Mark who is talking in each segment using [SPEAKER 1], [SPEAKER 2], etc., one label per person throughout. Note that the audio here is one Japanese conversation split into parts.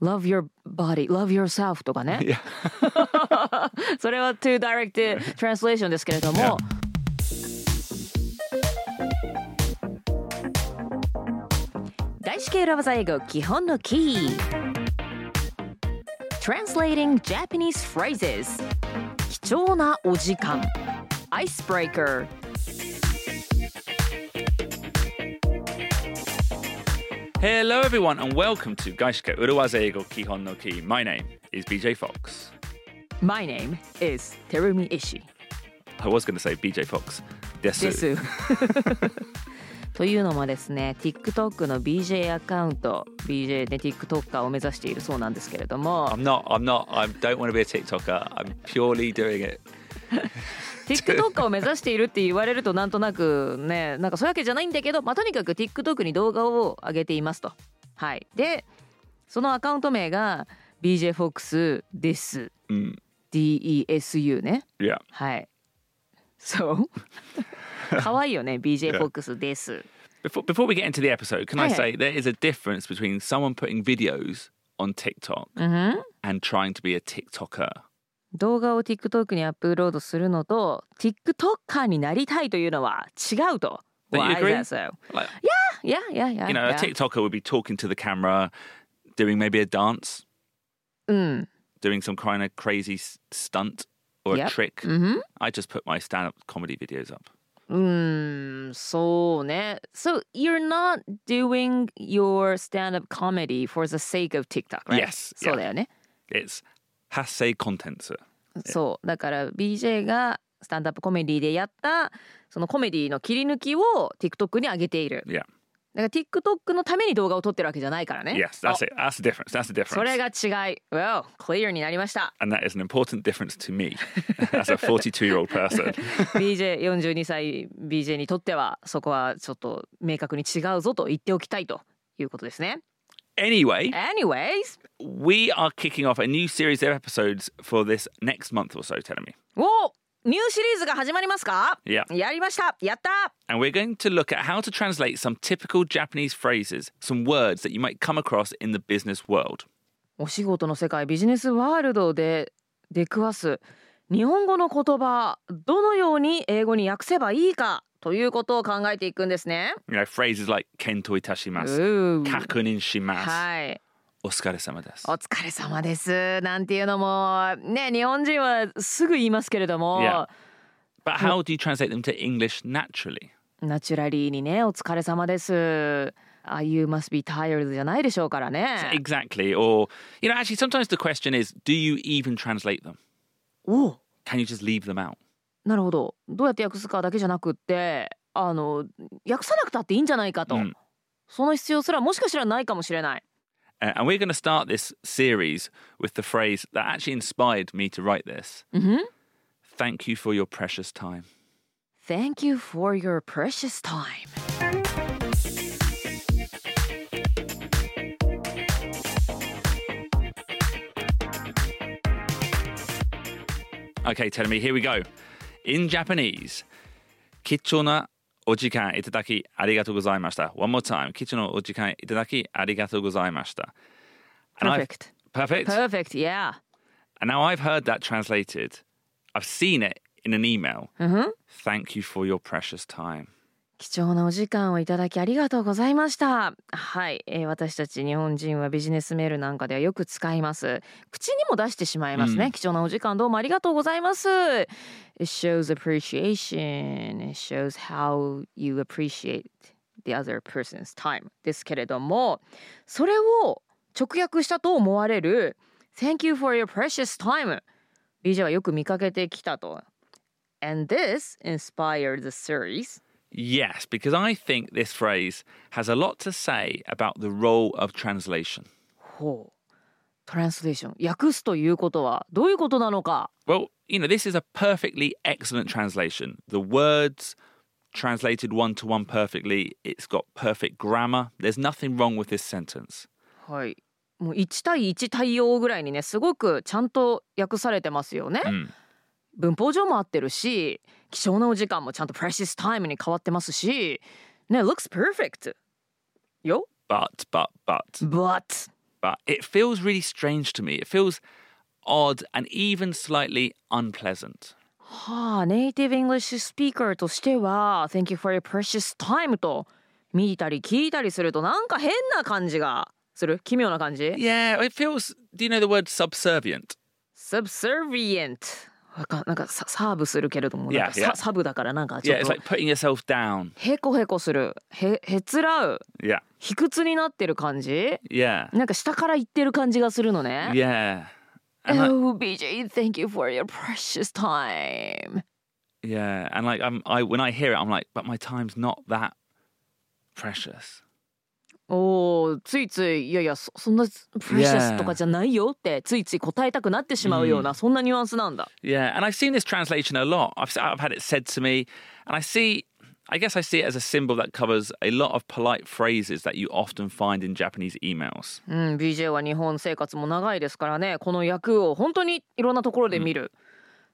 [SPEAKER 1] love your body, love yourself とかね。
[SPEAKER 2] いや、
[SPEAKER 1] それは to direct translation ですけれども。外資系ラバザ英語基本のキー。Translating Japanese phrases 貴重なお時間 Icebreaker
[SPEAKER 2] Hello everyone and welcome to 外資系裏技英語基本のキー My name is BJ Fox
[SPEAKER 1] My name is Terumi Ishii
[SPEAKER 2] I was going to say BJ Fox です
[SPEAKER 1] です。 というのもですね TikTok の BJ アカウント BJ で TikToker を目指しているそうなんですけれども
[SPEAKER 2] I'm not I'm not I don't want to be a TikToker I'm purely doing it
[SPEAKER 1] TikToker を目指しているって言われるとなんとなくねなんかそういうわけじゃないんだけど、まあ、とにかく TikTok に動画を上げていますと。はい、でそのアカウント名が BJFOX です
[SPEAKER 2] うん、
[SPEAKER 1] DESU ね。
[SPEAKER 2] いや
[SPEAKER 1] はい So 可愛いよね BJFOX です。
[SPEAKER 2] Before, before we get into the episode, can I
[SPEAKER 1] Hey.
[SPEAKER 2] say there is a difference between someone putting videos on TikTok
[SPEAKER 1] うんふん
[SPEAKER 2] and trying to be a TikToker.
[SPEAKER 1] 動画を TikTok にアップロードするのと TikToker になりたいというのは違うと。
[SPEAKER 2] Don't you agree?
[SPEAKER 1] is that so?
[SPEAKER 2] Like,
[SPEAKER 1] Yeah, yeah, yeah.
[SPEAKER 2] you know, a
[SPEAKER 1] yeah.
[SPEAKER 2] TikToker would be talking to the camera, doing maybe a dance,
[SPEAKER 1] うん。
[SPEAKER 2] doing some kind of crazy s- stunt or
[SPEAKER 1] Yep. Mm.
[SPEAKER 2] a trick.
[SPEAKER 1] うん。
[SPEAKER 2] I just put my stand-up comedy videos up.
[SPEAKER 1] うん、そうね。So you're not doing your stand-up comedy for the sake of TikTok, right?
[SPEAKER 2] Yes,
[SPEAKER 1] そうだよね。
[SPEAKER 2] It's Hase Contentser.
[SPEAKER 1] そう。だから BJ がスタンダップコメディでやったそのコメディの切り抜きを TikTok に上げている。
[SPEAKER 2] Yeah.
[SPEAKER 1] だから TikTok のために動画を撮ってるわけじゃないからね。
[SPEAKER 2] Yes, that's it. That's the difference. That's the
[SPEAKER 1] それ
[SPEAKER 2] difference.
[SPEAKER 1] が違い。Well, clear になりました。
[SPEAKER 2] And that is an important difference to me as a 42-year-old person.
[SPEAKER 1] BJ42 歳 BJ にとってはそこはちょっと明確に違うぞと言っておきたいということですね。
[SPEAKER 2] Anyway,
[SPEAKER 1] Anyways!
[SPEAKER 2] we are kicking off a new series of episodes for this next month or so, telling me.
[SPEAKER 1] おニューシリーズが始まりますか
[SPEAKER 2] Yeah.
[SPEAKER 1] やりましたやった
[SPEAKER 2] And we're going to look at how to translate some typical Japanese phrases, some words that you might come across in the business world.
[SPEAKER 1] お仕事の世界ビジネスワールドで出くわす日本語の言葉どのように英語に訳せばいいかということを考えていくんですね。
[SPEAKER 2] You know, phrases like kento
[SPEAKER 1] う
[SPEAKER 2] itashimasu,
[SPEAKER 1] ー
[SPEAKER 2] kakunin shimasu,
[SPEAKER 1] はい。
[SPEAKER 2] oskaresama desu.
[SPEAKER 1] お疲れ様ですなんていうのもね日本人はすぐ言いますけれども、
[SPEAKER 2] Yeah. But how do you translate them to English naturally?
[SPEAKER 1] ナチュラリーにね、お疲れ様です。あ you must be tired じゃないでしょうからね。
[SPEAKER 2] Exactly. Or, you know, actually, sometimes the question is do you even translate them?
[SPEAKER 1] おう
[SPEAKER 2] Can you just leave them out?
[SPEAKER 1] なるほど。どうやって訳すかだけじゃなくって、あの、訳さなくたっていいんじゃないかと。
[SPEAKER 2] うん
[SPEAKER 1] その必要すらもしかしたらないかもしれない。
[SPEAKER 2] Uh, and we're going to start this series with the phrase that actually inspired me to write this
[SPEAKER 1] うんふん
[SPEAKER 2] thank you for your precious time.
[SPEAKER 1] Thank you for your precious time.
[SPEAKER 2] Okay, tell me, here we go. In Japanese, 貴重なお時間いただきありがとうございました。One more time. 貴重なお時間いただきありがとうございました。And I've-
[SPEAKER 1] Perfect.
[SPEAKER 2] Perfect.
[SPEAKER 1] Perfect, yeah.
[SPEAKER 2] And now I've heard that translated. I've seen it in an email.
[SPEAKER 1] うんふん
[SPEAKER 2] Thank you for your precious time.
[SPEAKER 1] 貴重なお時間をいただきありがとうございました。はい、えー私たち日本人はビジネスメールなんかではよく使います。口にも出してしまいますね。
[SPEAKER 2] うん
[SPEAKER 1] 貴重なお時間どうもありがとうございます。It shows appreciation. It shows how you appreciate the other person's time ですけれども、それを直訳したと思われる Thank you for your precious time BJ はよく見かけてきたと。And this inspired the series.
[SPEAKER 2] Yes, because I think this phrase has a lot to say about the role of translation.
[SPEAKER 1] ほう。トランスレーション訳すということはどういうことなのか
[SPEAKER 2] Well, you know, this is a perfectly excellent translation. The words translated one to one perfectly, it's got perfect grammar. There's nothing wrong with this sentence.
[SPEAKER 1] はいもう1対1対応ぐらいにねすごくちゃんと訳されてますよね、
[SPEAKER 2] ん
[SPEAKER 1] 文法上も合ってるし希少なお時間もちゃんと precious time に変わってますしね looks perfect よ
[SPEAKER 2] But, but, but,
[SPEAKER 1] but
[SPEAKER 2] but it feels really strange to me. It feels odd and even slightly unpleasant.
[SPEAKER 1] はあ、ネイティブ・イングリッシュ・スピーカーとしては、Thank you for your precious time と見たり聞いたりするとなんか変な感じがする奇妙な感じ
[SPEAKER 2] Yeah, it feels. Do you know the word subservient?
[SPEAKER 1] ?Subservient わかんなんかササーブするけれども、なんか
[SPEAKER 2] Yeah,
[SPEAKER 1] サ
[SPEAKER 2] yeah.
[SPEAKER 1] サブだからなんかちょ
[SPEAKER 2] Yeah,
[SPEAKER 1] っ
[SPEAKER 2] it's
[SPEAKER 1] と
[SPEAKER 2] like putting yourself down.
[SPEAKER 1] へこへこするへへつらう
[SPEAKER 2] Yeah,
[SPEAKER 1] 卑屈になってる感じ
[SPEAKER 2] yeah,
[SPEAKER 1] なんか下から言ってる感じがするのね。
[SPEAKER 2] yeah. And like,
[SPEAKER 1] Oh, BJ, thank you for your precious time.
[SPEAKER 2] yeah, and like I'm, I when I hear it, I'm like, but my time's not that precious.
[SPEAKER 1] おーついついいやいやそそんな precious とかじゃないよってついつい答えたくなってしまうような、そんなニュアンスなんだ。
[SPEAKER 2] Yeah, and I've seen this translation a lot. I've, I've had it said to me, and I see, I guess I see it as a symbol that covers a lot of polite phrases that you often find in Japanese emails.
[SPEAKER 1] うん、BJ は日本生活も長いですからねこの役を本当にいろんなところで見る。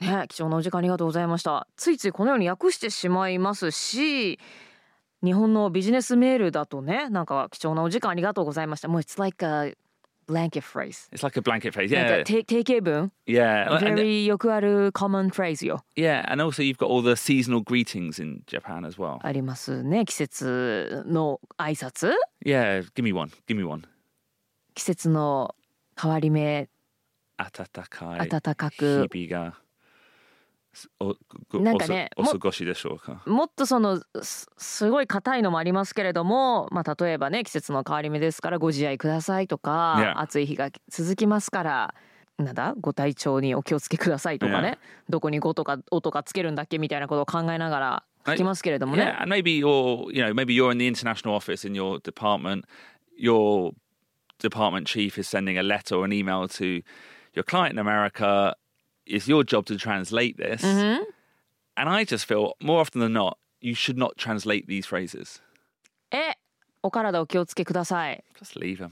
[SPEAKER 1] ね貴重なお時間ありがとうございました。ついついこのように訳してしまいますし日本のビジネスメールだとねなんか貴重なお時間ありがとうございました。もう It's like a blanket phrase。
[SPEAKER 2] It's like a blanket phrase.
[SPEAKER 1] なん
[SPEAKER 2] Yeah,
[SPEAKER 1] か定定型文
[SPEAKER 2] yeah, and,
[SPEAKER 1] Very よくある common phrase よ。
[SPEAKER 2] yeah, and also you've got all the seasonal greetings in Japan as well.
[SPEAKER 1] ありますね。季節の挨拶
[SPEAKER 2] Yeah, give me one, give me one.
[SPEAKER 1] 季節の変わり目、
[SPEAKER 2] Atatakai
[SPEAKER 1] 暖かく。
[SPEAKER 2] 日々がおご
[SPEAKER 1] なんかね
[SPEAKER 2] お
[SPEAKER 1] も
[SPEAKER 2] 過ごしでしょうか。
[SPEAKER 1] もっとそのすすごい硬いのもありますけれども、まあ、例えばね季節の変わり目ですからご自愛くださいとか、
[SPEAKER 2] Yeah.
[SPEAKER 1] 暑い日が続きますからなんだご体調にお気をつけくださいとかね、どこに「ご」とか「お」とかつけるんだっけみたいなことを考えながら書きますけれどもね。
[SPEAKER 2] Yeah, and maybe you're, you know, maybe you're in the international office in your department. Your department chief is sending a letter or an email to your client in America. It's your job to translate this. And I just feel more often than not, you should not translate these phrases.
[SPEAKER 1] えお体お気をつけください。
[SPEAKER 2] Just leave them.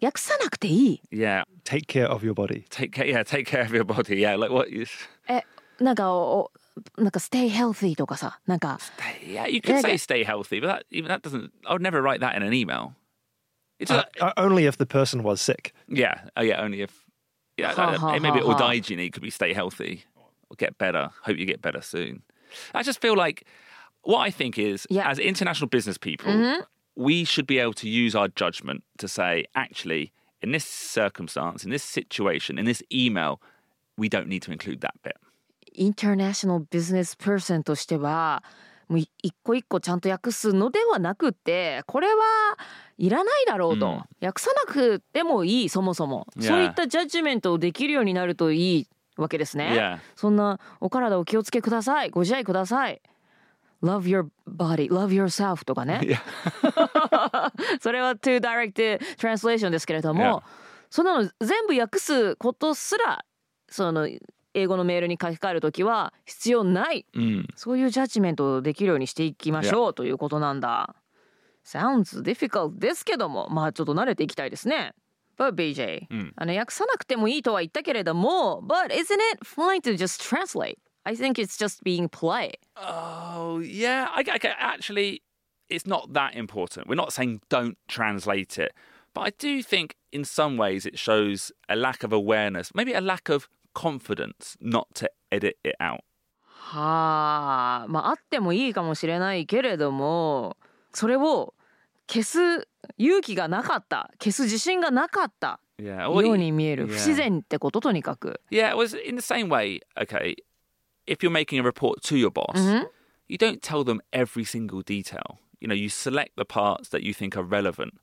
[SPEAKER 1] 訳さなくていい
[SPEAKER 2] Yeah,
[SPEAKER 3] Take care of your body.
[SPEAKER 2] take care. Yeah, take care of your body. Yeah, like what? You,
[SPEAKER 1] えなんかおおなんか stay healthy とかさなんか
[SPEAKER 2] yeah, you could
[SPEAKER 1] Yeah,
[SPEAKER 2] say
[SPEAKER 1] yeah.
[SPEAKER 2] stay healthy, but that even that doesn't. I would never write that in an email. It's
[SPEAKER 3] Uh,
[SPEAKER 2] just,
[SPEAKER 3] uh, only if the person was sick.
[SPEAKER 2] Yeah. Oh, yeah. Only if. Yeah.
[SPEAKER 1] Ha,
[SPEAKER 2] uh,
[SPEAKER 1] ha,
[SPEAKER 2] maybe
[SPEAKER 1] ha,
[SPEAKER 2] or
[SPEAKER 1] ha.
[SPEAKER 2] die, Ginny. Could we stay healthy or get better? Hope you get better soon. I just feel like what I think is,
[SPEAKER 1] Yeah. Mm-hmm.
[SPEAKER 2] as international business people, we should be able to use our judgment to say, actually, in this circumstance, in this situation, in this email, we don't need to include that bit.
[SPEAKER 1] インターナショナルビジネスパーソンとしてはもうい一個一個ちゃんと訳すのではなくてこれはいらないだろうと、訳さなくてもいいそもそも、
[SPEAKER 2] Yeah.
[SPEAKER 1] そういったジャッジメントをできるようになるといいわけですね、
[SPEAKER 2] Yeah.
[SPEAKER 1] そんなお体お気をつけくださいご自愛ください Love your body, love yourself とかね
[SPEAKER 2] Yeah.
[SPEAKER 1] それは to direct translation ですけれども、
[SPEAKER 2] Yeah.
[SPEAKER 1] そんなの全部訳すことすらその英語のメールに書き換えるときは必要ない
[SPEAKER 2] Mm.
[SPEAKER 1] そういうジャッジメントをできるようにしていきましょうということなんだ。Sounds difficult ですけどもまあちょっと慣れていきたいですね。But BJ、
[SPEAKER 2] うん
[SPEAKER 1] あの訳さなくてもいいとは言ったけれども But isn't it fine to just translate? I think it's just being polite.
[SPEAKER 2] Oh, yeah. I, I, actually, it's not that important. We're not saying don't translate it. But I do think in some ways it shows a lack of awareness, maybe a lack of confidence not to edit it out.
[SPEAKER 1] はあまああってもいいかもしれないけれどもそれを消す勇気がなかった消す自信がなかった
[SPEAKER 2] Yeah.
[SPEAKER 1] よ
[SPEAKER 2] or-
[SPEAKER 1] うに見える
[SPEAKER 2] yeah.
[SPEAKER 1] 不自然ってこととにかく
[SPEAKER 2] Yeah. It was in the same way, okay, if you're making a report to your boss, you don't tell them every single detail. You know, you select the parts that you think are relevant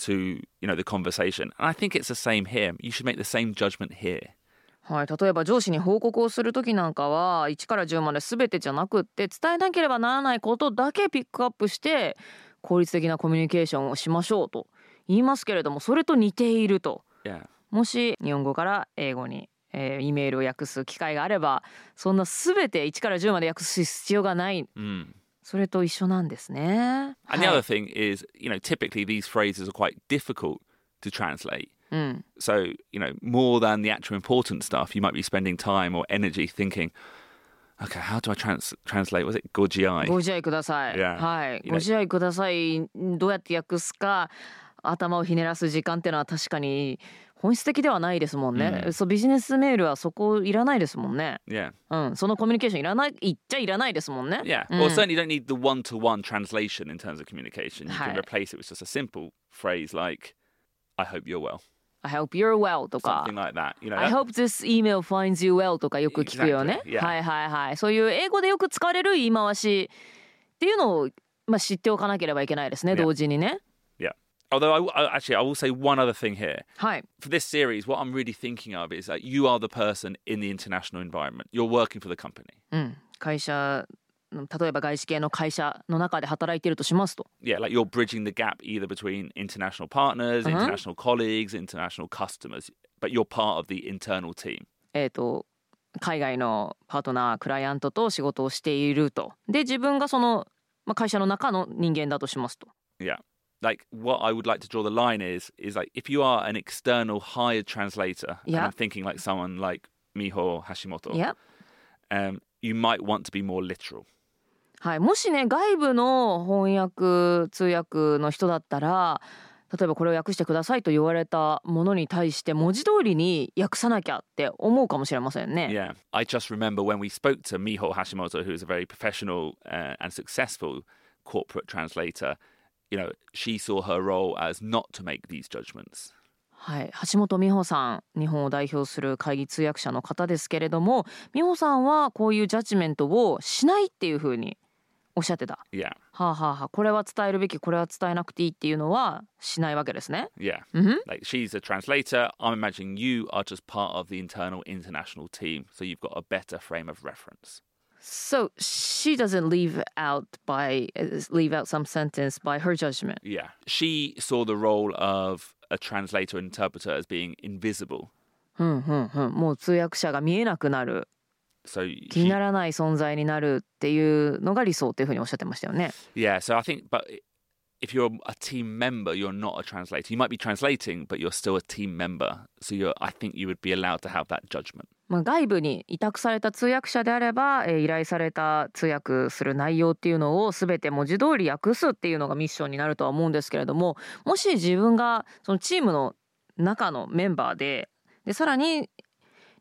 [SPEAKER 2] to, you know, the conversation. And I think it's the same here. You should make the same judgment here.
[SPEAKER 1] はい例えば上司に報告をする時なんかは1から10まで全てじゃなくって伝えなければならないことだけピックアップして効率的なコミュニケーションをしましょうと言いますけれどもそれと似ていると。
[SPEAKER 2] Yeah.
[SPEAKER 1] もし日本語から英語に、えー、E メールを訳す機会があればそんな全て1から10まで訳す必要がない
[SPEAKER 2] Mm.
[SPEAKER 1] それと一緒なんですね。
[SPEAKER 2] And the other thing is, you know, typically these phrases are quite difficult to translate.
[SPEAKER 1] うん、
[SPEAKER 2] So, you know, more than the actual important stuff, you might be spending time or energy thinking, okay, how do I trans- translate? Was it goji
[SPEAKER 1] ご自愛ください。
[SPEAKER 2] Yeah.
[SPEAKER 1] はい、
[SPEAKER 2] You know-
[SPEAKER 1] ご自愛くださいどうやって訳すか頭をひねらす時間っていうのは確かに本質的ではないですもんね、
[SPEAKER 2] うん
[SPEAKER 1] そうビジネスメールはそこいらないですもんね
[SPEAKER 2] Yeah.
[SPEAKER 1] うんそのコミュニケーションいらないいっちゃいらないですもんね
[SPEAKER 2] Yeah.
[SPEAKER 1] うん
[SPEAKER 2] Well, certainly you don't need the one to one translation in terms of communication. You can
[SPEAKER 1] Hi.
[SPEAKER 2] replace it with just a simple phrase like, I hope you're well.
[SPEAKER 1] I hope you're well とか
[SPEAKER 2] Something like that. You know,
[SPEAKER 1] Ah. I
[SPEAKER 2] that-
[SPEAKER 1] hope this email finds you well とかよく聞くよね、
[SPEAKER 2] Exactly, yeah.
[SPEAKER 1] はいはいはいそういう英語でよく使われる言い回しっていうのをまあ知っておかなければいけないですね
[SPEAKER 2] Yeah.
[SPEAKER 1] 同時にね
[SPEAKER 2] although I w I actually, I will say one other thing here.
[SPEAKER 1] はい
[SPEAKER 2] For this series, what I'm really thinking of is that you are the person in the international environment. You're working for the company.
[SPEAKER 1] うん、会社例えば外資系の会社の中で働いているとしますと。
[SPEAKER 2] Yeah, like you're bridging the gap either between international partners,
[SPEAKER 1] Uh-huh.
[SPEAKER 2] international colleagues, international customers, but you're part of the internal team.
[SPEAKER 1] えー、と海外のパートナークライアントと仕事をしているとで自分がその、まあ、会社の中の人間だとしますと
[SPEAKER 2] Yeah. Like what I would like to draw the line is is like if you are an external hired translator, and
[SPEAKER 1] Yeah.
[SPEAKER 2] I'm thinking like someone like Miho Hashimoto,
[SPEAKER 1] いや、
[SPEAKER 2] um, you might want to be more literal.
[SPEAKER 1] はい、もしね外部の翻訳通訳の人だったら例えばこれを訳してくださいと言われたものに対して文字通りに訳さなきゃって思うかもしれませんね。
[SPEAKER 2] Yeah. I just remember when we spoke to Miho Hashimoto, who is a very professional uh, and successful corporate translator, you know, she saw her role as not to make these judgments.
[SPEAKER 1] はい、橋本美穂さん日本を代表する会議通訳者の方ですけれども美穂さんはこういうジャッジメントをしないっていうふうにおっしゃってた。
[SPEAKER 2] Yeah.
[SPEAKER 1] はあはあはあこれは伝えるべきこれは伝えなくていいっていうのはしないわけですね。
[SPEAKER 2] Yeah.
[SPEAKER 1] Mhm.
[SPEAKER 2] Like she's a translator. I'm imagining you are just part of the internal international team, so you've got a better frame of reference.
[SPEAKER 1] So she doesn't leave out by leave out some sentence by her judgment.
[SPEAKER 2] Yeah. She saw the role of a translator interpreter as being invisible.
[SPEAKER 1] うんうんうん、もう通訳者が見えなくなる
[SPEAKER 2] So
[SPEAKER 1] 気に
[SPEAKER 2] she-
[SPEAKER 1] ならない存在になるっていうのが理想っていうふうにおっしゃってましたよね。
[SPEAKER 2] yeah, so I think but if you're a team member, you're not a translator. You might be translating, but you're still a team member. So you're I think you would be allowed to have that judgment.
[SPEAKER 1] まあ、外部に委託された通訳者であれば、えー依頼された通訳する内容っていうのを全て文字通り訳すっていうのがミッションになるとは思うんですけれどももし自分がそのチームの中のメンバーででさらに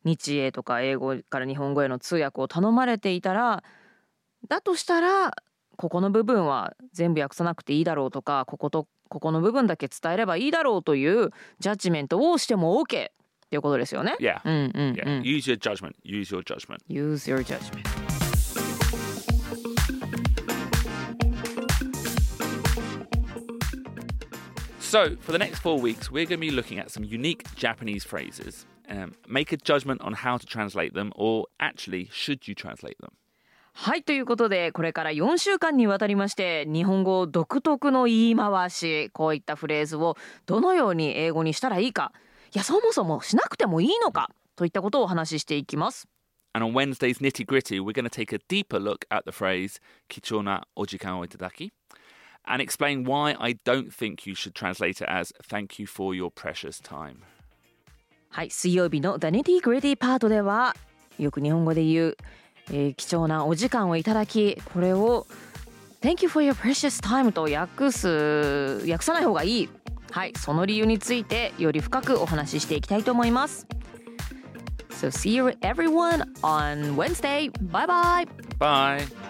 [SPEAKER 1] 日英とか英語から日本語への通訳を頼まれていたらだとしたらここの部分は全部訳さなくていいだろうとかこことここの部分だけ伝えればいいだろうというジャッジメントをしても OK っていうことですよね。
[SPEAKER 2] Yeah.
[SPEAKER 1] うんうんうん
[SPEAKER 2] Yeah. Use your judgment. Use your judgment.
[SPEAKER 1] Use your judgment.
[SPEAKER 2] So, for the next four weeks, we're going to be looking at some unique Japanese phrases. Um, make a judgment on how to translate them, or actually, should you translate them?
[SPEAKER 1] はいということでこれから4週間にわたりまして日本語独特の言い回しこういったフレーズをどのように英語にしたらいいかいやそもそもしなくてもいいのかといったことをお話ししていきます。
[SPEAKER 2] And on Wednesday's nitty gritty, we're going to take a deeper look at the phrase kichona ojikan o itadaki and explain why I don't think you should translate it as thank you for your precious time.
[SPEAKER 1] はい水曜日の「ダニティ・グレディ」パートではよく日本語で言う、えー貴重なお時間をいただきこれを「Thank you for your precious time」と訳す訳さない方がいいはいその理由についてより深くお話ししていきたいと思います So see you everyone on Wednesday. Bye bye.
[SPEAKER 2] Bye.